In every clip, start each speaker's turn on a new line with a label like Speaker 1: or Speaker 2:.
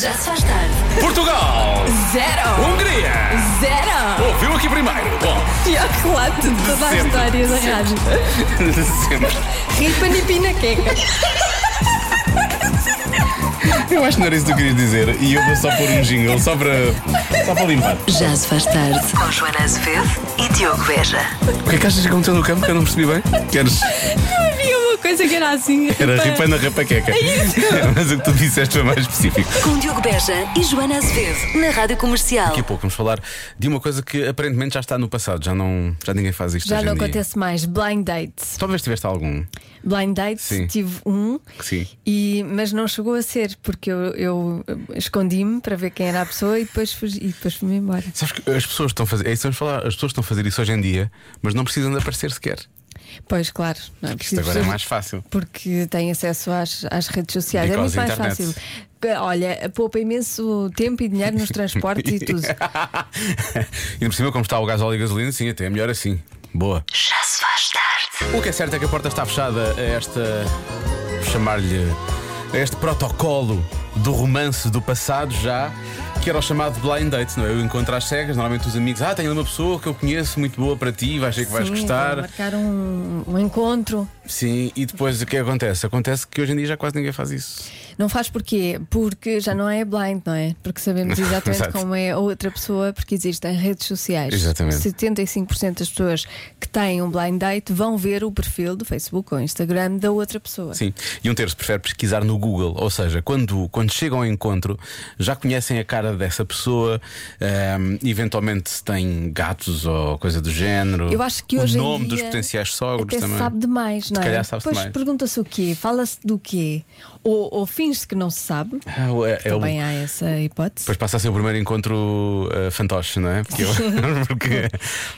Speaker 1: Já se faz tarde.
Speaker 2: Portugal!
Speaker 1: Zero!
Speaker 2: Hungria!
Speaker 1: Zero!
Speaker 2: Ouviu aqui primeiro! Bom,
Speaker 1: Pior relato de toda a
Speaker 2: Sempre,
Speaker 1: história da rádio.
Speaker 2: sempre.
Speaker 1: Ripa Nipina Queca.
Speaker 2: Eu acho que não era isso que eu queria dizer e eu vou só pôr um jingle só para, só para limpar.
Speaker 1: Já se faz tarde.
Speaker 3: Com Joana Azevedo e Diogo Veja.
Speaker 2: O que é que achas que aconteceu no campo que eu não percebi bem? Queres?
Speaker 1: Não havia uma coisa que era assim.
Speaker 2: Era ripa na rapaqueca.
Speaker 4: é
Speaker 2: Mas o que tu disseste foi mais específico.
Speaker 3: Com Diogo Beja e Joana Azevedo na Rádio Comercial.
Speaker 2: Daqui a pouco vamos falar de uma coisa que aparentemente já está no passado, já, não, já ninguém faz isto
Speaker 4: Já
Speaker 2: hoje
Speaker 4: não
Speaker 2: em dia.
Speaker 4: acontece mais. Blind date.
Speaker 2: Talvez tiveste algum.
Speaker 4: Blind date,
Speaker 2: Sim.
Speaker 4: tive um,
Speaker 2: Sim.
Speaker 4: e, mas não chegou a ser, porque eu, eu, eh, escondi-me para ver quem era a pessoa e depois, fugi, e depois fui-me embora.
Speaker 2: Sabes que as pessoas estão a fazer. É isso que vamos falar. As pessoas estão a fazer isso hoje em dia, mas não precisam de aparecer sequer.
Speaker 4: Pois, claro. Não é
Speaker 2: Que isto
Speaker 4: preciso
Speaker 2: agora é
Speaker 4: pessoas-
Speaker 2: mais fácil.
Speaker 4: Porque tem acesso às, às redes sociais.
Speaker 2: Because
Speaker 4: é muito mais
Speaker 2: internet.
Speaker 4: fácil. Que, Olha, poupa imenso tempo e dinheiro nos transportes e tudo.
Speaker 2: e por cima, como está o gasóleo e a gasolina, sim, até é melhor assim. Boa.
Speaker 3: Já se faz tarde.
Speaker 2: O que é certo é que a porta está fechada a esta. vou chamar-lhe. a este protocolo do romance do passado já, que era o chamado blind date, não é? Eu encontro às cegas, normalmente os amigos, ah, tenho uma pessoa que eu conheço muito boa para ti, vais ver que vais
Speaker 4: Sim,
Speaker 2: gostar.
Speaker 4: para Marcar um, um encontro.
Speaker 2: Sim, e depois o que acontece? Acontece que hoje em dia já quase ninguém faz isso.
Speaker 4: Não faz porquê? Porque já não é blind, não é? Porque sabemos exatamente
Speaker 2: Exato.
Speaker 4: como é a outra pessoa, porque existem redes sociais.
Speaker 2: Exatamente.
Speaker 4: 75% das pessoas que têm um blind date vão ver o perfil do Facebook ou Instagram da outra pessoa.
Speaker 2: Sim, e um terço prefere pesquisar no Google, ou seja, quando, quando chegam ao encontro já conhecem a cara dessa pessoa, ehm, eventualmente se tem gatos ou coisa do género.
Speaker 4: Eu acho que
Speaker 2: o
Speaker 4: hoje em
Speaker 2: nome
Speaker 4: dia
Speaker 2: dos potenciais sogros
Speaker 4: até se
Speaker 2: também.
Speaker 4: sabe demais, não é?
Speaker 2: calhar sabe-se
Speaker 4: Depois
Speaker 2: demais.
Speaker 4: pergunta-se o quê? Fala-se do quê? Ou, ou finge-se que não se sabe?
Speaker 2: Ah, é- é o-
Speaker 4: Também há essa hipótese.
Speaker 2: Depois passa a ser o primeiro encontro ah, fantoche, não é? Porque, eu- porque-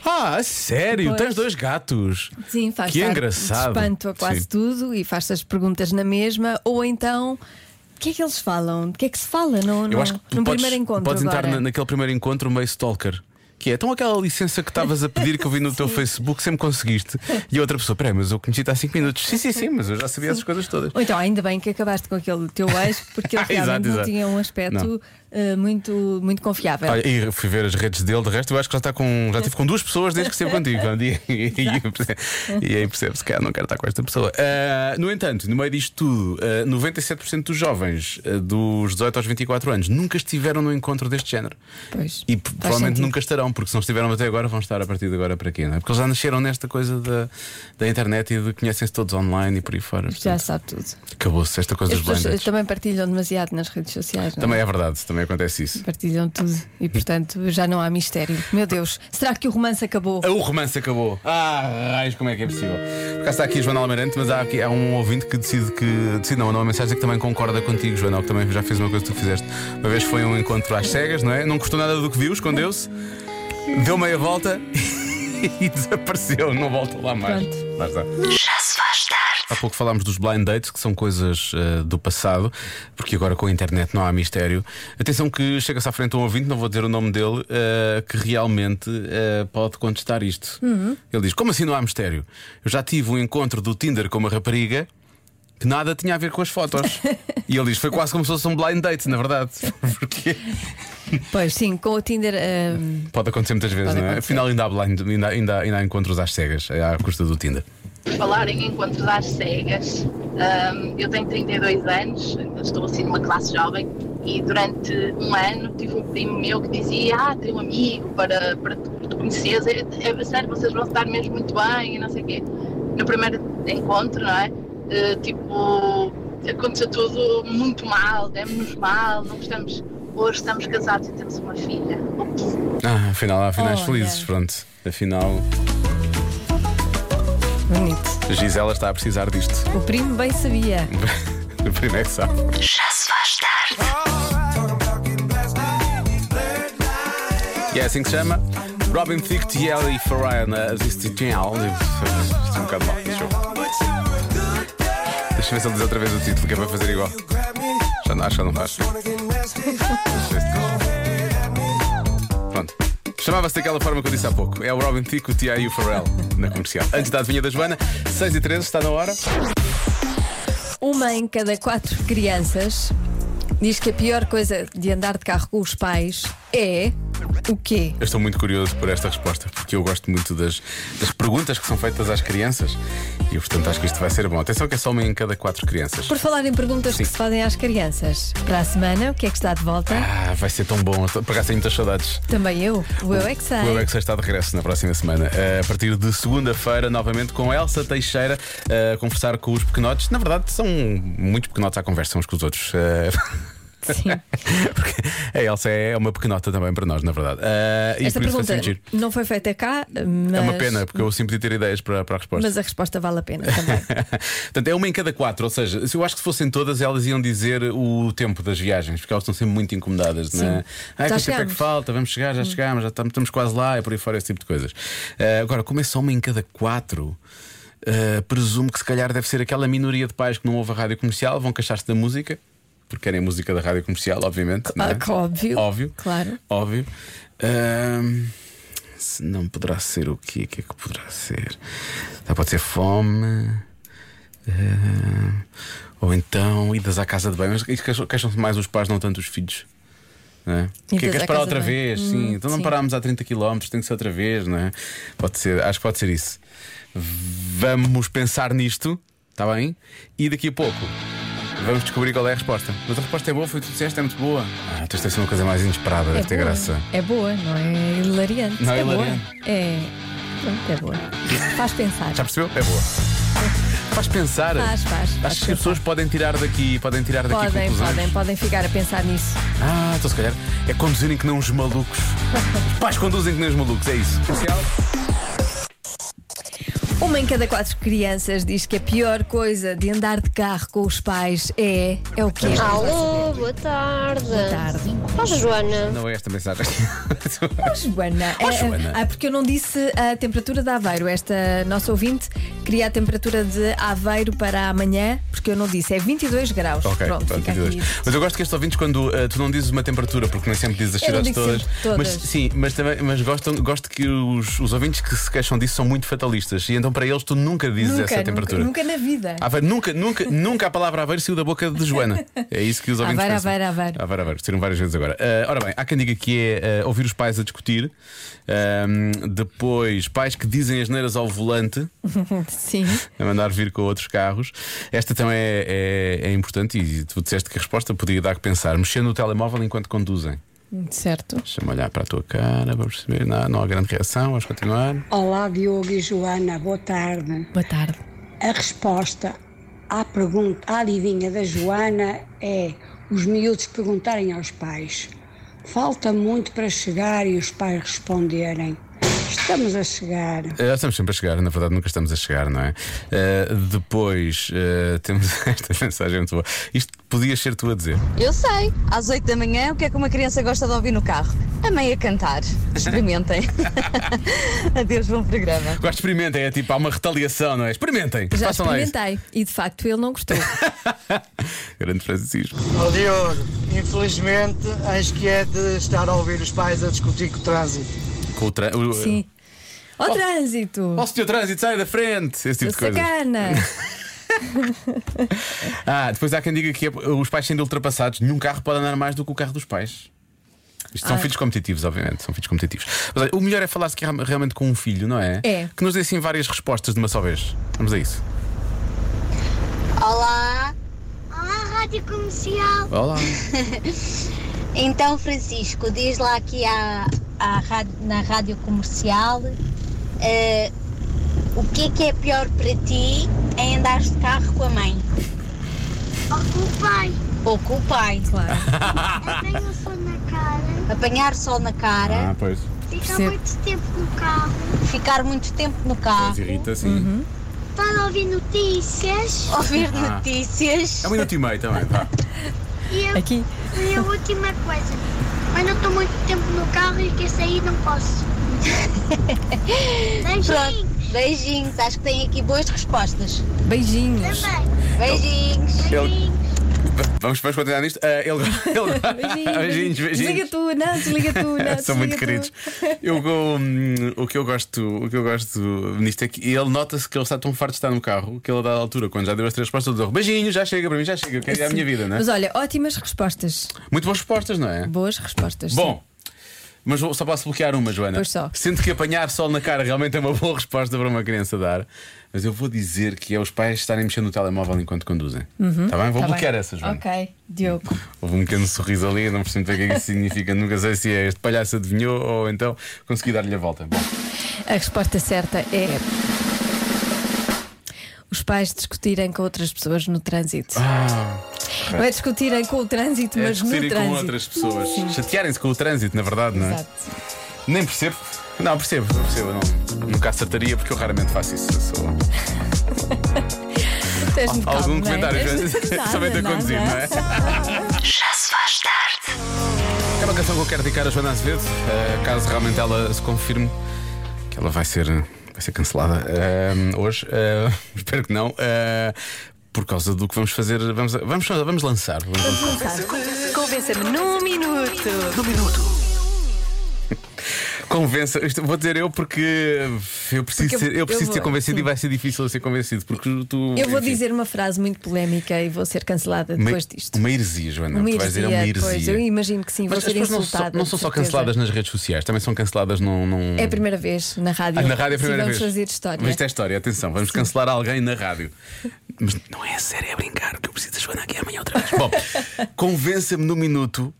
Speaker 2: Ah, a sério,
Speaker 4: Pois.
Speaker 2: tens dois gatos.
Speaker 4: Sim, faz
Speaker 2: Que
Speaker 4: estar
Speaker 2: engraçado.
Speaker 4: de espanto a quase
Speaker 2: Sim.
Speaker 4: tudo e faz as perguntas na mesma, ou então. O que é que eles falam? O que é que se fala no, no,
Speaker 2: Eu acho que tu
Speaker 4: no
Speaker 2: podes,
Speaker 4: primeiro encontro?
Speaker 2: podes entrar
Speaker 4: agora?
Speaker 2: na- naquele primeiro encontro meio stalker. Que é, então aquela licença que estavas a pedir que eu vi no teu Facebook sempre conseguiste. E a outra pessoa, peraí, mas eu conheci-te há 5 minutos. Sim, sim, sim, mas eu já sabia essas coisas todas.
Speaker 4: Ou então, ainda bem que acabaste com aquele teu ex, porque ele
Speaker 2: Exato,
Speaker 4: realmente não
Speaker 2: exato.
Speaker 4: tinha um aspecto eh, muito, muito confiável.
Speaker 2: Olha, e fui ver as redes dele, de resto eu acho que já está com. Já estive com duas pessoas desde que esteve contigo. E, e- e- e aí percebe-se que ah, não quero estar com esta pessoa. Ah, no entanto, no meio disto tudo, ah, 97% dos jovens ah, dos 18 aos 24 anos nunca estiveram num encontro deste género.
Speaker 4: Pois,
Speaker 2: E p-
Speaker 4: faz
Speaker 2: provavelmente
Speaker 4: sentido.
Speaker 2: nunca estarão, porque se não estiveram até agora, vão estar a partir de agora para quê? Não é? Porque eles já nasceram nesta coisa da, da internet e de conhecem-se todos online e por aí fora.
Speaker 4: Já
Speaker 2: Portanto,
Speaker 4: sabe tudo.
Speaker 2: Acabou-se esta coisa
Speaker 4: As
Speaker 2: dos blind
Speaker 4: pessoas
Speaker 2: dates.
Speaker 4: também partilham demasiado nas redes sociais, não é?
Speaker 2: Também é verdade, também acontece isso.
Speaker 4: Partilham tudo e, portanto, já não há mistério. Meu Deus, será que o romance acabou?
Speaker 2: Ah, O romance acabou. Ah, raios, como é que é possível? Por acaso está aqui a Joana Almeirante, mas há, aqui, há um ouvinte que decide que. Decide, não, não, uma mensagem que também concorda contigo, Joana, ou que também já fez uma coisa que tu fizeste. Uma vez foi um encontro às cegas, não é? Não gostou nada do que viu, escondeu-se, deu meia volta e desapareceu, não volta lá mais.
Speaker 4: Pronto.
Speaker 2: Lá está.
Speaker 3: Já se faz tarde.
Speaker 2: Há pouco falámos dos blind dates, que são coisas eh, do passado, porque agora com a internet não há mistério. Atenção que chega-se à frente um ouvinte, não vou dizer o nome dele, eh, que realmente eh, pode contestar isto. Ele diz: Como assim não há mistério? Eu já tive um encontro do Tinder com uma rapariga. Que nada tinha a ver com as fotos. e ele diz: foi quase como se fosse um blind date, na verdade. Porque
Speaker 4: Pois sim, com o Tinder. hum,
Speaker 2: pode acontecer muitas vezes,
Speaker 4: Pode
Speaker 2: não é?
Speaker 4: acontecer.
Speaker 2: Afinal, ainda há, blind, ainda, ainda, ainda há encontros às cegas, é, à custa do Tinder.
Speaker 5: falar em encontros às cegas. Ahm, eu tenho 32 anos, ainda estou assim numa classe jovem, e durante um ano tive um primo meu que dizia: Ah, tem um amigo para, para tu, tu conheces, é, é sério, vocês vão estar mesmo muito bem, e não sei o quê. No primeiro encontro, não é? Eh, tipo, aconteceu tudo muito mal, demos-nos mal, não gostamos. Hoje estamos casados e temos uma filha. Ups.
Speaker 2: Ah, afinal, há finais
Speaker 4: Olha.
Speaker 2: felizes, pronto. Afinal.
Speaker 4: bonito.
Speaker 2: Gisela está a precisar disto.
Speaker 4: O primo bem sabia.
Speaker 2: O primeiro sabe.
Speaker 3: Já se faz tarde.
Speaker 2: E é assim que se chama. Robin Thicke e Ellie Farrell na Distitinal. Isto é um bocado mal, deixa eu. Deixa eu ver se ele diz outra vez o título, que é para fazer igual. Já não acho que não faz. Deixa eu ver se- Pronto. Chamava-se daquela forma que eu disse há pouco. É o Robin Thicke, o T.I. e o Pharrell na comercial. Antes da adivinha da Joana, 6 e 13 está na hora.
Speaker 4: Uma em cada quatro crianças Diz que a pior coisa de andar de carro com os pais é o quê?
Speaker 2: Eu estou muito curioso por esta resposta, porque eu gosto muito das, das perguntas que são feitas às crianças e, portanto, acho que isto vai ser bom. Atenção que é só uma em cada quatro crianças.
Speaker 4: Por falar em perguntas que se fazem às crianças, para a semana, o que é que está de volta?
Speaker 2: Ah, vai ser tão bom. Estou- Por acaso tenho muitas saudades.
Speaker 4: Também eu, o Eu É Que Sei.
Speaker 2: O Eu É Que Sei está de regresso na próxima semana. Eh, A partir de segunda-feira, novamente com Elsa Teixeira, eh, a conversar com os pequenotes. Na verdade, são muitos pequenotes à conversa uns com os outros. eh,
Speaker 4: Sim.
Speaker 2: Porque a Elsa é uma pequenota também para nós, na verdade. Eh, e
Speaker 4: Esta
Speaker 2: por isso foi
Speaker 4: pergunta
Speaker 2: sempre giro.
Speaker 4: não foi feita cá, mas,
Speaker 2: É uma pena, porque eu sempre podia ter ideias para, para a resposta.
Speaker 4: mas a resposta vale a pena também. Ah,
Speaker 2: Portanto, é uma em cada quatro, ou seja, se eu acho que se fossem todas, elas iam dizer o tempo das viagens, porque elas estão sempre muito incomodadas, não é? Ah, quanto tempo
Speaker 4: Já Hum.
Speaker 2: é que
Speaker 4: chegámos.
Speaker 2: falta? Vamos chegar, já chegámos, já estamos, estamos quase lá, e por aí fora, esse tipo de coisas. Ah, agora, como é só uma em cada quatro. ah, presumo que se calhar deve ser aquela minoria de pais que não ouve a rádio comercial, vão queixar-se da música, porque querem a música da rádio comercial, obviamente. não é?
Speaker 4: Ah, que óbvio.
Speaker 2: Óbvio.
Speaker 4: Claro.
Speaker 2: Óbvio. Ahm, se não poderá ser o quê? O que é que poderá ser? Ah, Pode ser fome. ah, ou então idas à casa de banho. Mas isso queixam- queixam-se mais os pais, não tanto os filhos. Não é? Porque
Speaker 4: Idas
Speaker 2: queres
Speaker 4: à
Speaker 2: parar
Speaker 4: casa
Speaker 2: outra
Speaker 4: de banho.
Speaker 2: vez?
Speaker 4: Hum,
Speaker 2: sim. Então não
Speaker 4: sim.
Speaker 2: parámos há 30 km, tem que ser outra vez, não é? Pode ser, acho que pode ser isso. Vamos pensar nisto, está bem? E daqui a pouco vamos descobrir qual é a resposta. Mas a resposta é boa, foi o que tu disseste, é muito boa. Ah, tu estás a ser uma coisa mais inesperada, deve ter
Speaker 4: boa.
Speaker 2: graça.
Speaker 4: É boa, não é hilariante.
Speaker 2: Não é
Speaker 4: boa.
Speaker 2: hilariante.
Speaker 4: É. Pronto, é boa. Faz pensar.
Speaker 2: Já percebeu? É boa. Faz pensar.
Speaker 4: Faz, faz,
Speaker 2: Acho
Speaker 4: faz
Speaker 2: que as pessoas podem tirar daqui, podem tirar daqui
Speaker 4: Podem,
Speaker 2: conclusões.
Speaker 4: podem, podem ficar a pensar nisso.
Speaker 2: Ah, então se calhar é conduzirem que não os malucos. Os pais conduzem que nem os malucos, é isso.
Speaker 4: Uma em cada quatro crianças diz que a pior coisa de andar de carro com os pais é. É o quê?
Speaker 6: Alô, boa tarde.
Speaker 4: Boa tarde.
Speaker 6: Ó Joana,
Speaker 2: Não é esta mensagem.
Speaker 4: Joana.
Speaker 2: Oh,
Speaker 4: É,
Speaker 2: Joana.
Speaker 4: Ah, porque eu não disse a temperatura de Aveiro. Esta nossa ouvinte queria a temperatura de Aveiro para amanhã, porque eu não disse. É 22 graus.
Speaker 2: Ok,
Speaker 4: pronto,
Speaker 2: pronto,
Speaker 4: fica
Speaker 2: 22.
Speaker 4: aqui.
Speaker 2: Mas eu gosto que estes ouvintes, quando eh, tu não dizes uma temperatura, porque nem sempre dizes as
Speaker 4: Eu não
Speaker 2: cidades
Speaker 4: digo
Speaker 2: todas,
Speaker 4: sempre todas.
Speaker 2: Mas sim, mas também mas gostam, gosto que os, os ouvintes que se queixam disso são muito fatalistas. E então para eles tu nunca dizes
Speaker 4: Nunca,
Speaker 2: essa
Speaker 4: nunca,
Speaker 2: temperatura. Ah,
Speaker 4: nunca na vida.
Speaker 2: Aveiro, nunca, nunca, nunca a palavra Aveiro saiu da boca de Joana. É isso que os ouvintes
Speaker 4: Aveiro,
Speaker 2: pensam.
Speaker 4: Aveiro, Aveiro.
Speaker 2: Aveiro, Aveiro. Saíram várias vezes agora. Ah, ora bem, há quem diga que é ah, ouvir os pais a discutir. Ahm, depois, pais que dizem as neiras ao volante,
Speaker 4: Sim.
Speaker 2: a mandar vir com outros carros. Esta também é, é- é importante e tu disseste que a resposta podia dar que pensar. Mexer no telemóvel enquanto conduzem.
Speaker 4: Certo.
Speaker 2: Deixa-me olhar para a tua cara para perceber. Não, não há grande reação. Vamos continuar.
Speaker 7: Olá, Diogo e Joana, boa tarde.
Speaker 4: Boa tarde.
Speaker 7: A resposta à pergunta, à adivinha da Joana é os miúdos perguntarem aos pais. Falta muito para chegar e os pais responderem. Estamos a chegar.
Speaker 2: Eh, Estamos sempre a chegar, na verdade nunca estamos a chegar, não é? Eh, depois eh, temos esta mensagem muito boa. Isto podias ser tu a dizer.
Speaker 8: Eu sei, às 8 da manhã, o que é que uma criança gosta de ouvir no carro? A mãe a cantar. Experimentem. Adeus, bom programa.
Speaker 2: Agora experimentem, é tipo, há uma retaliação, não é? Experimentem,
Speaker 4: Já
Speaker 2: façam lá isso.
Speaker 4: experimentei e de facto ele não gostou.
Speaker 2: Grande Francisco.
Speaker 9: Ó Diogo, infelizmente acho que é de estar a ouvir os pais a discutir com o trânsito.
Speaker 2: Com o tra- o-
Speaker 4: Sim. Ó trânsito!
Speaker 2: Ó, senhor trânsito, sai da frente! Esse tipo de coisa.
Speaker 4: Sacana!
Speaker 2: Ah, depois há quem diga que é- os pais sendo ultrapassados, nenhum carro pode andar mais do que o carro dos pais. Isto
Speaker 4: Ah.
Speaker 2: são filhos competitivos, obviamente, são filhos competitivos. Mas, olha, o melhor é falar-se que é realmente com um filho, não é?
Speaker 4: É.
Speaker 2: Que nos dê assim várias respostas de uma só vez. Vamos a isso.
Speaker 10: Olá! Olá, Rádio Comercial!
Speaker 2: Olá.
Speaker 10: Então, Francisco, diz lá aqui à, à rádio- na Rádio Comercial eh, o que é que é pior para ti em andares de carro com a mãe? Ou com o pai! Ou com o pai!
Speaker 4: Claro.
Speaker 10: Apanhar sol na cara! Apanhar sol na cara,
Speaker 2: Ah, pois.
Speaker 10: ficar
Speaker 4: percebo.
Speaker 10: muito tempo no carro, ficar muito tempo no
Speaker 2: Mas
Speaker 10: carro,
Speaker 2: irrita, sim.
Speaker 4: Uhum.
Speaker 10: estar a ouvir notícias, ouvir
Speaker 4: Ah.
Speaker 10: notícias
Speaker 2: É um minuto e meio também, vá.
Speaker 10: e a
Speaker 4: Aqui.
Speaker 10: E a última coisa, quando eu estou muito tempo no carro e quer sair, não posso. Beijinho!
Speaker 8: Beijinhos, acho que tem aqui boas respostas.
Speaker 4: Beijinhos.
Speaker 10: Também!
Speaker 8: Beijinhos.
Speaker 2: Ele, Vamos, vamos continuar nisto. Ah, ele, ele... beijinhos,
Speaker 4: Desliga
Speaker 2: beijinhos.
Speaker 4: tu, não, desliga tu, não.
Speaker 2: São muito
Speaker 4: desliga
Speaker 2: queridos.
Speaker 4: tu.
Speaker 2: Eu, go- hum, o, que eu gosto, o que eu gosto nisto é que ele nota-se que ele está tão farto de estar no carro que ele, a dada altura, quando já deu as três respostas, ele diz: beijinhos, já chega para mim, já chega, eu quero ir à minha vida, não é?
Speaker 4: Mas olha, ótimas respostas.
Speaker 2: Muito boas respostas, não é?
Speaker 4: Boas respostas.
Speaker 2: Bom, mas vou- só posso bloquear uma, Joana.
Speaker 4: Pois só.
Speaker 2: Sinto que apanhar sol na cara realmente é uma boa resposta para uma criança dar. Mas eu vou dizer que é os pais estarem mexendo no telemóvel enquanto conduzem.
Speaker 4: Uhum.
Speaker 2: Tá bem? Vou
Speaker 4: Tá
Speaker 2: bloquear
Speaker 4: bem.
Speaker 2: essa, Joana.
Speaker 4: Ok, Diogo.
Speaker 2: Houve um pequeno sorriso ali, não percebo bem o que é que isso significa. Nunca sei se é este palhaço adivinhou ou então consegui dar-lhe a volta. Bom,
Speaker 4: A resposta certa é. Os pais discutirem com outras pessoas no trânsito. Não é discutirem com o trânsito,
Speaker 2: Ah, é
Speaker 4: mas no
Speaker 2: discutirem
Speaker 4: trânsito.
Speaker 2: com outras pessoas.
Speaker 4: Sim.
Speaker 2: Chatearem-se com o trânsito, na verdade, não é?
Speaker 4: Exato.
Speaker 2: Nem percebo. Não, percebo, eu percebo. eu Não, nunca acertaria porque eu raramente faço isso. Eu sou-
Speaker 4: Tens
Speaker 2: é? Algum comentário,
Speaker 4: né?
Speaker 2: Joana? Somente a conduzir, não é?
Speaker 3: Já se faz tarde.
Speaker 2: É uma canção que eu quero dedicar a Joana Azevedo, eh, caso realmente ela se confirme que ela vai ser, vai ser cancelada eh, hoje. eh, espero que não. eh, por causa do que vamos fazer, vamos, vamos, vamos lançar. Vamos lançar.
Speaker 1: Convença-me num minuto. Num minuto.
Speaker 2: Convença, isto vou dizer eu porque eu preciso,
Speaker 4: Porque eu-
Speaker 2: ser, eu
Speaker 4: eu
Speaker 2: preciso ser
Speaker 4: vou-
Speaker 2: convencido e
Speaker 4: sim.
Speaker 2: vai ser difícil eu ser convencido. Porque tu.
Speaker 4: Eu vou
Speaker 2: enfim,
Speaker 4: dizer uma frase muito polémica e vou ser cancelada
Speaker 2: uma-
Speaker 4: depois disto.
Speaker 2: Uma heresia, Joana.
Speaker 4: Uma
Speaker 2: tu vais dizer é uma
Speaker 4: heresia,
Speaker 2: heresia.
Speaker 4: pois, eu imagino que sim, vou
Speaker 2: Mas as
Speaker 4: ser
Speaker 2: pessoas não, só-
Speaker 4: insultada,
Speaker 2: não são só
Speaker 4: de certeza.
Speaker 2: canceladas nas redes sociais, também são canceladas num. num-
Speaker 4: É a primeira vez na rádio.
Speaker 2: Ah, na rádio é a primeira
Speaker 4: Sim,
Speaker 2: vez.
Speaker 4: Vamos fazer história.
Speaker 2: Mas isto é história, atenção, vamos cancelar alguém na rádio. Mas não é sério, é brincar, que eu preciso da Joana aqui amanhã outra vez. Bom, convença-me no minuto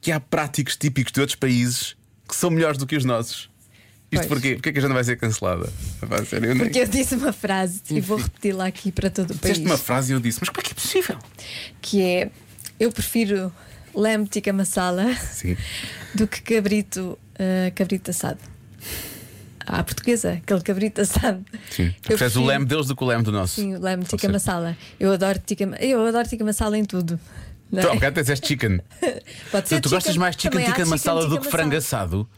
Speaker 2: que há práticos típicos de outros países que são melhores do que os nossos. Isto
Speaker 4: Pois.
Speaker 2: porquê? Porquê é que a Joana vai ser cancelada? Vai ser, eu nem-
Speaker 4: Porque eu disse uma frase e vou repeti-la aqui para todo o país.
Speaker 2: Disseste uma frase e eu disse, mas como é que é possível?
Speaker 4: Que é: Eu prefiro lamb tikka masala
Speaker 2: Sim.
Speaker 4: do que cabrito, ah, cabrito assado. À portuguesa, aquele cabrito assado.
Speaker 2: Sim. Tu
Speaker 4: Eu
Speaker 2: preferes o
Speaker 4: prefiro-
Speaker 2: leme deles do que o leme do nosso.
Speaker 4: Sim, o lamb tikka
Speaker 2: ser.
Speaker 4: masala. Eu adoro tikka, ma- eu adoro tikka masala em tudo. não é?
Speaker 2: Tu há bocado disseste chicken.
Speaker 4: Pode
Speaker 2: Tu,
Speaker 4: ser
Speaker 2: tu gostas
Speaker 4: chicken,
Speaker 2: mais de chicken
Speaker 4: também há
Speaker 2: tikka masala do
Speaker 4: chicken tikka
Speaker 2: que frango assado?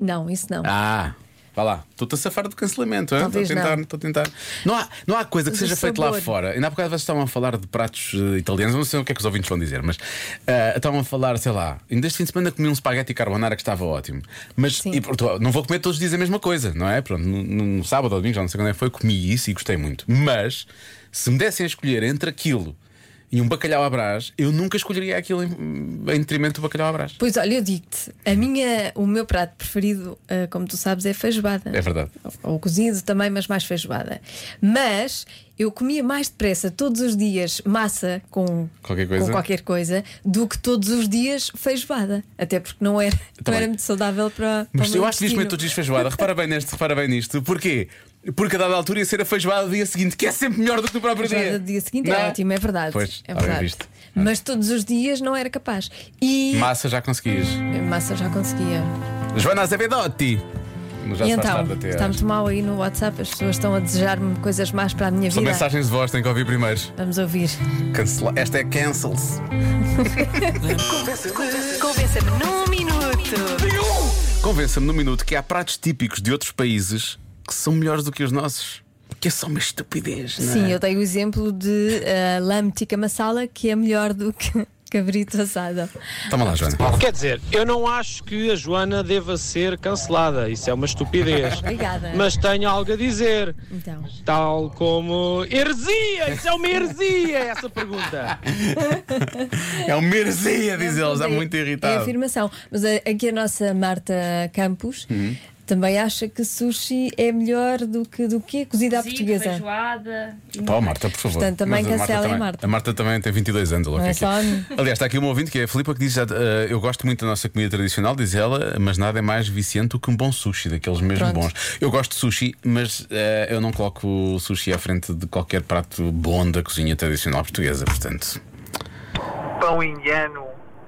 Speaker 4: Não, isso não.
Speaker 2: Ah, vá lá. Estou-te a safar do cancelamento, hein? estou a
Speaker 4: Talvez
Speaker 2: tentar,
Speaker 4: não.
Speaker 2: estou a tentar. Não há, não há coisa que
Speaker 4: Do
Speaker 2: seja feita lá
Speaker 4: sabor.
Speaker 2: fora. Ainda há bocado vocês estavam a falar de pratos eh, italianos, não sei o que é que os ouvintes vão dizer, mas ah, estavam a falar, sei lá, ainda este fim de semana comi um espaguete carbonara que estava ótimo. Mas e, pronto, não vou comer todos os dias a mesma coisa, não é? Pronto, no, no sábado ou domingo, já não sei quando é que foi, comi isso e gostei muito. Mas se me dessem a escolher entre aquilo e um bacalhau à brás, eu nunca escolheria aquilo em, em detrimento do bacalhau à brás.
Speaker 4: Pois olha, eu digo-te, a minha, o meu prato preferido, ah, como tu sabes, é feijoada.
Speaker 2: É verdade.
Speaker 4: Ou cozido também, mas mais feijoada. Mas eu comia mais depressa todos os dias massa com
Speaker 2: Qualquer coisa?
Speaker 4: com qualquer coisa do que todos os dias feijoada. Até porque não era, não
Speaker 2: bem.
Speaker 4: era muito saudável para. para o
Speaker 2: Mas
Speaker 4: meu
Speaker 2: eu acho que devias
Speaker 4: intestino.
Speaker 2: comer todos os dias feijoada. Repara bem neste, repara bem nisto. Porquê? Porque a dada altura ia ser a feijoada do dia seguinte, que é sempre melhor do que no próprio
Speaker 4: Feijoada
Speaker 2: dia.
Speaker 4: do dia seguinte
Speaker 2: Não
Speaker 4: é ótimo, é verdade.
Speaker 2: Pois, tá
Speaker 4: é
Speaker 2: bem
Speaker 4: verdade.
Speaker 2: visto.
Speaker 4: Mas todos os dias não era capaz. E
Speaker 2: Massa já conseguias.
Speaker 4: massa já conseguia.
Speaker 2: Joana Azevedotti. Mas Já
Speaker 4: e
Speaker 2: se faz
Speaker 4: então,
Speaker 2: tarde até
Speaker 4: está
Speaker 2: às-
Speaker 4: muito mal aí no WhatsApp, as pessoas estão a desejar-me coisas más para a minha
Speaker 2: São
Speaker 4: vida.
Speaker 2: mensagens de voz, tenho que ouvir primeiro.
Speaker 4: Vamos ouvir.
Speaker 2: Cancela... Esta é cancels.
Speaker 1: Convença-me num minuto.
Speaker 2: Convença-me no minuto que há pratos típicos de outros países que são melhores do que os nossos. Que é só uma estupidez, não é?
Speaker 4: Sim, eu dei o exemplo de ah, lamb tikka masala, que é melhor do que cabrito assado.
Speaker 2: Toma lá, Joana.
Speaker 11: Quer dizer, eu não acho que a Joana deva ser cancelada, isso é uma estupidez.
Speaker 4: Obrigada.
Speaker 11: Mas tenho algo a dizer,
Speaker 4: Então,
Speaker 11: tal como. Heresia! Isso é uma heresia, essa pergunta!
Speaker 2: É uma heresia, diz ele, já muito
Speaker 4: é a
Speaker 2: irritado.
Speaker 4: afirmação. Mas a- aqui a nossa Marta Campos
Speaker 2: Uhum.
Speaker 4: também acha que sushi é melhor do que do que cozida à portuguesa.
Speaker 12: feijoada.
Speaker 2: Pá, Marta, por favor.
Speaker 4: Portanto, também
Speaker 2: Mas a
Speaker 4: cancelem
Speaker 2: também-
Speaker 4: Marta.
Speaker 2: A Marta também tem 22 anos. ela
Speaker 4: Não
Speaker 2: que
Speaker 4: é
Speaker 2: aqui.
Speaker 4: só a mim.
Speaker 2: Aliás, está aqui um ouvinte que é a Filipa que diz: já, eh, Eu gosto muito da nossa comida tradicional, diz ela, mas nada é mais viciante do que um bom sushi, daqueles mesmo
Speaker 4: Pronto.
Speaker 2: bons. Eu gosto de sushi, mas eh, eu não coloco sushi à frente de qualquer prato bom da cozinha tradicional portuguesa, portanto.
Speaker 13: Pão indiano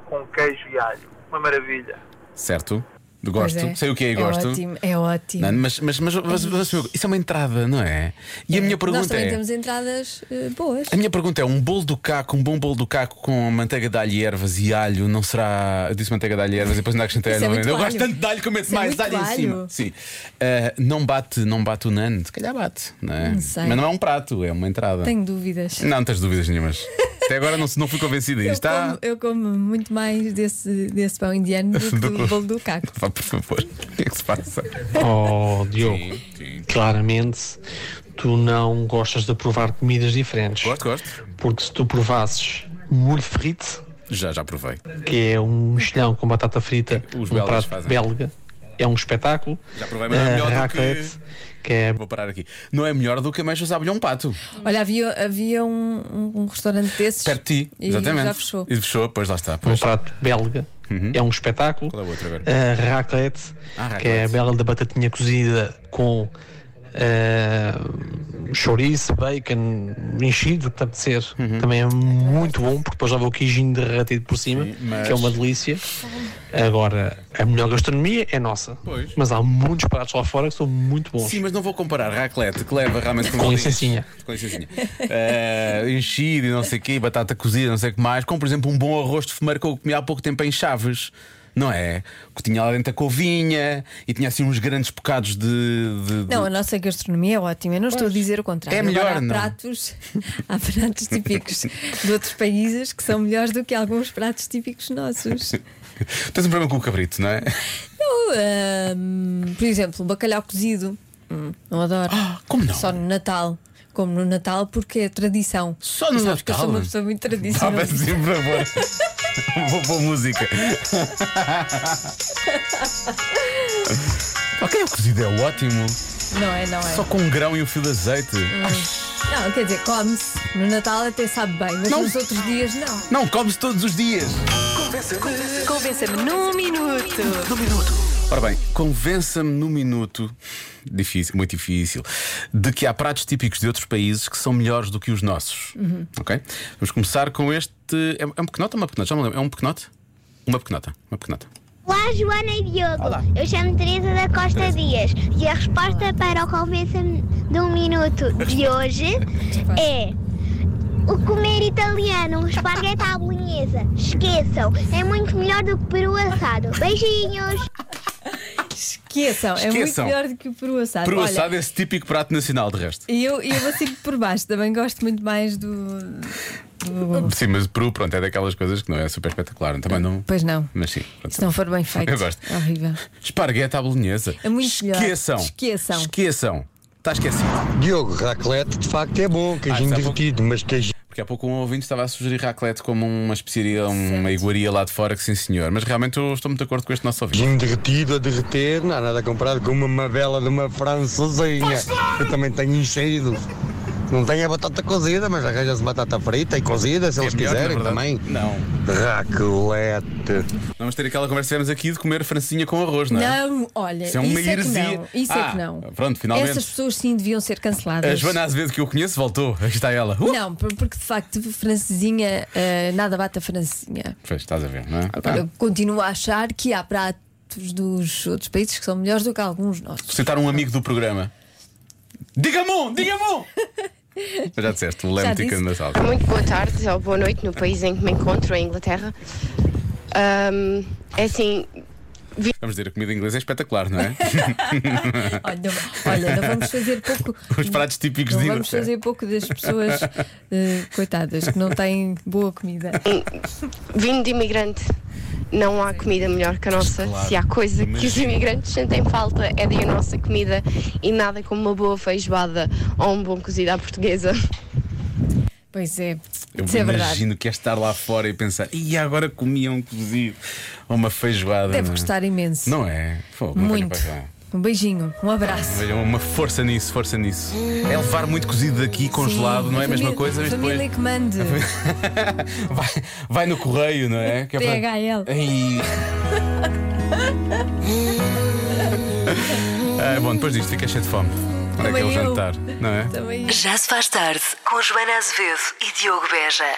Speaker 13: com queijo e alho. Uma maravilha.
Speaker 2: Certo?
Speaker 4: Pois
Speaker 2: Gosto.
Speaker 4: é.
Speaker 2: Sei o que é e
Speaker 4: é
Speaker 2: gosto.
Speaker 4: Ótimo, é ótimo.
Speaker 2: Não, mas, mas, mas, mas- mas- isso é uma entrada, não é? E a minha
Speaker 4: Nós
Speaker 2: pergunta
Speaker 4: também
Speaker 2: é.
Speaker 4: temos entradas eh, boas.
Speaker 2: A minha pergunta é: um bolo do caco, um bom bolo do caco com manteiga de alho e ervas e alho, não será. Eu disse manteiga de alho e ervas e depois ainda acrescentei
Speaker 4: Isso
Speaker 2: alho.
Speaker 4: é
Speaker 2: não
Speaker 4: muito
Speaker 2: eu gosto
Speaker 4: alho.
Speaker 2: tanto de alho que eu meto
Speaker 4: Isso é
Speaker 2: mais
Speaker 4: muito
Speaker 2: alho, em
Speaker 4: alho.
Speaker 2: cima. Sim. Ah, não, bate, não bate o nano, se calhar bate, não é?
Speaker 4: Não sei.
Speaker 2: Mas não é um prato, é uma entrada.
Speaker 4: Tenho dúvidas.
Speaker 2: Não, não tens dúvidas nenhumas. Até agora não, se- não fui convencido.
Speaker 4: Eu,
Speaker 2: Está.
Speaker 4: como, eu como muito mais desse, desse pão indiano do que do bolo do caco.
Speaker 2: Vá, por favor, o que é que se passa?
Speaker 12: Oh, Diogo, claramente tu não gostas de provar comidas diferentes.
Speaker 2: Gosto, gosto.
Speaker 12: Porque se tu provasses molho frito,
Speaker 2: Já, já provei.
Speaker 12: que é um mexilhão com batata frita,
Speaker 2: Os
Speaker 12: um
Speaker 2: belgas
Speaker 12: prato
Speaker 2: fazem.
Speaker 12: belga, é um espetáculo.
Speaker 2: Já provei, mas não é
Speaker 12: Eh,
Speaker 2: melhor do
Speaker 12: raclette,
Speaker 2: que.
Speaker 12: que é
Speaker 2: Vou parar aqui. Não é melhor do que ameixas à um pato.
Speaker 4: Olha, havia, havia um, um- um restaurante desses.
Speaker 2: Perto de ti.
Speaker 4: E
Speaker 2: Exatamente.
Speaker 4: já fechou.
Speaker 2: E fechou, pois lá está.
Speaker 12: um
Speaker 2: Pois.
Speaker 12: prato belga. É um espetáculo.
Speaker 2: Uhum. Qual é o outro agora?
Speaker 12: A raclette,
Speaker 2: Ah, raclette.
Speaker 12: que é a bela da batatinha cozida com eh, chouriço, bacon, enchido, o que te apetecer.
Speaker 2: Uhum.
Speaker 12: Também é muito bom, porque depois já vou queijinho derretido por cima,
Speaker 2: mas-
Speaker 12: que é uma delícia. Agora, a melhor gastronomia é nossa.
Speaker 2: Pois.
Speaker 12: Mas há muitos pratos lá fora que são muito bons.
Speaker 2: Sim, mas não vou comparar raclette, que leva realmente
Speaker 12: Com
Speaker 2: bolinhos.
Speaker 12: licencinha.
Speaker 2: Com licencinha. Eh, enchido e não sei o quê, batata cozida, não sei o que mais, com, por exemplo, um bom arroz de fumeiro que eu comi há pouco tempo em Chaves. Não é? Que tinha lá dentro a couvinha e tinha assim uns grandes bocados de. de- de-
Speaker 4: Não, a nossa gastronomia é ótima. Eu não estou a dizer o contrário.
Speaker 2: É melhor,
Speaker 4: Agora, há
Speaker 2: não?
Speaker 4: pratos, há pratos típicos de outros países que são melhores do que alguns pratos típicos nossos.
Speaker 2: Tens um problema com o cabrito, não é?
Speaker 4: Eu, ahm, por exemplo, bacalhau cozido. Hum, não adoro.
Speaker 2: Ah, como não?
Speaker 4: Só no Natal. Como no Natal, porque é tradição.
Speaker 2: Só no
Speaker 4: Sabes que eu sou
Speaker 2: Natal?
Speaker 4: uma pessoa muito
Speaker 2: Vá,
Speaker 4: tradicional.
Speaker 2: mas sim, assim, por favor. Vou pôr música. ok, o cozido é ótimo.
Speaker 4: Não é, não é.
Speaker 2: Só com um grão e um fio de azeite.
Speaker 4: Hum. Não, quer dizer, come-se. No Natal até sabe bem, mas
Speaker 1: Não.
Speaker 4: nos outros dias não.
Speaker 2: Não, come-se todos os dias.
Speaker 1: Convença-me num minuto.
Speaker 2: Ora bem, convença-me num minuto, difícil, muito difícil, de que há pratos típicos de outros países que são melhores do que os nossos.
Speaker 1: Uhum.
Speaker 2: Ok? Vamos começar com este. É é um pequenote ou uma pequenota? Já me lembro. É um pequenote? Uma pequenota. Uma pequenota.
Speaker 14: Olá, Joana e Diogo. Eu chamo Teresa da Costa Dias e a resposta para o Convença-me de um Minuto de hoje é o comer italiano, um esparguete à bolonhesa. Esqueçam, é muito melhor do que peru assado. Beijinhos!
Speaker 4: Esqueçam, é muito
Speaker 2: Esqueçam.
Speaker 4: melhor do que o peru assado.
Speaker 2: Peru
Speaker 4: Olha,
Speaker 2: assado é esse típico prato nacional, de resto.
Speaker 4: E eu, e eu assim por baixo, também gosto muito mais do. do-
Speaker 2: Sim, mas o Peru, pronto, é daquelas coisas que não é super espetacular. Também não.
Speaker 4: Pois não.
Speaker 2: Mas sim. pronto.
Speaker 4: Se não for bem feito.
Speaker 2: Eu gosto.
Speaker 4: É horrível.
Speaker 2: Esparguete à bolonhesa.
Speaker 4: É muito melhor.
Speaker 2: Esqueçam.
Speaker 4: Esqueçam.
Speaker 2: Esqueçam. Está esquecido.
Speaker 15: Diogo, raclette de facto é bom, queijinho divertido, mas queijinho.
Speaker 2: Porque há pouco um ouvinte estava a sugerir raclette como uma especiaria, um, uma iguaria lá de fora, que sim senhor. Mas realmente eu estou muito de acordo com este nosso ouvinte.
Speaker 15: Queijinho derretido a derreter, não há nada comparado com uma mabela de uma francesinha. Eu também tenho enchido. Não tenho a batata cozida, mas arranja-se batata frita e cozida, se eles
Speaker 2: é melhor, na
Speaker 15: quiserem
Speaker 2: verdade.
Speaker 15: também.
Speaker 2: Não.
Speaker 15: Raclette.
Speaker 2: Vamos ter aquela conversa que tivemos aqui de comer francinha com arroz, não é?
Speaker 4: Não, olha,
Speaker 2: Isso
Speaker 4: isso
Speaker 2: é
Speaker 4: é,
Speaker 2: uma
Speaker 4: que
Speaker 2: heresia.
Speaker 4: não. Isso é
Speaker 2: Ah,
Speaker 4: que não.
Speaker 2: pronto, finalmente.
Speaker 4: Essas pessoas sim deviam ser canceladas.
Speaker 2: A Joana Azevedo que eu conheço voltou. Aqui está ela. Uh!
Speaker 4: Não, por- porque de facto, francesinha, eh, nada bate a francesinha.
Speaker 2: Pois, estás a ver, não é?
Speaker 4: Ah, Eu continuo a achar que há pratos dos outros países que são melhores do que alguns nossos.
Speaker 2: Citar um amigo do programa. Diga-me um, diga-me um! Já disseste, o
Speaker 16: Já
Speaker 2: Leme
Speaker 16: disse.
Speaker 2: Tica na sala.
Speaker 16: Muito boa tarde ou boa noite no país em que me encontro, a Inglaterra. Ahm, é assim,
Speaker 2: Vamos dizer, a comida inglesa é espetacular, não é?
Speaker 4: Olha, olha, não vamos fazer pouco.
Speaker 2: Ah. Os pratos típicos
Speaker 4: Não
Speaker 2: de
Speaker 4: vamos
Speaker 2: Inglaterra.
Speaker 4: fazer pouco das pessoas eh, coitadas que não têm boa comida.
Speaker 16: vindo de imigrante, não há comida melhor que a nossa.
Speaker 4: Claro,
Speaker 16: Se há coisa que os
Speaker 4: imagino.
Speaker 16: imigrantes sentem falta é da nossa comida e nada como uma boa feijoada ou um bom cozido à portuguesa.
Speaker 4: Pois é,
Speaker 2: Eu
Speaker 4: isso é verdade.
Speaker 2: imagino que é estar lá fora e pensar, e agora comia um cozido ou uma feijoada.
Speaker 4: Deve
Speaker 2: não é?
Speaker 4: gostar imenso.
Speaker 2: Não é? Pô, uma coisa
Speaker 4: Muito.
Speaker 2: para cá.
Speaker 4: Um beijinho, um abraço.
Speaker 2: Vejam, uma força nisso, força nisso. É levar muito cozido daqui, congelado,
Speaker 4: Sim,
Speaker 2: não é a mesma
Speaker 4: família-
Speaker 2: coisa, mas
Speaker 4: Família
Speaker 2: depois
Speaker 4: que mande.
Speaker 2: vai no correio, não é? Que é
Speaker 4: PHL.
Speaker 2: Ai. Ah, bom, depois disto fica cheio de fome. Onde é que é o
Speaker 3: Também eu.
Speaker 2: jantar, não é?
Speaker 3: Já se faz tarde com Joana Azevedo e Diogo Beja.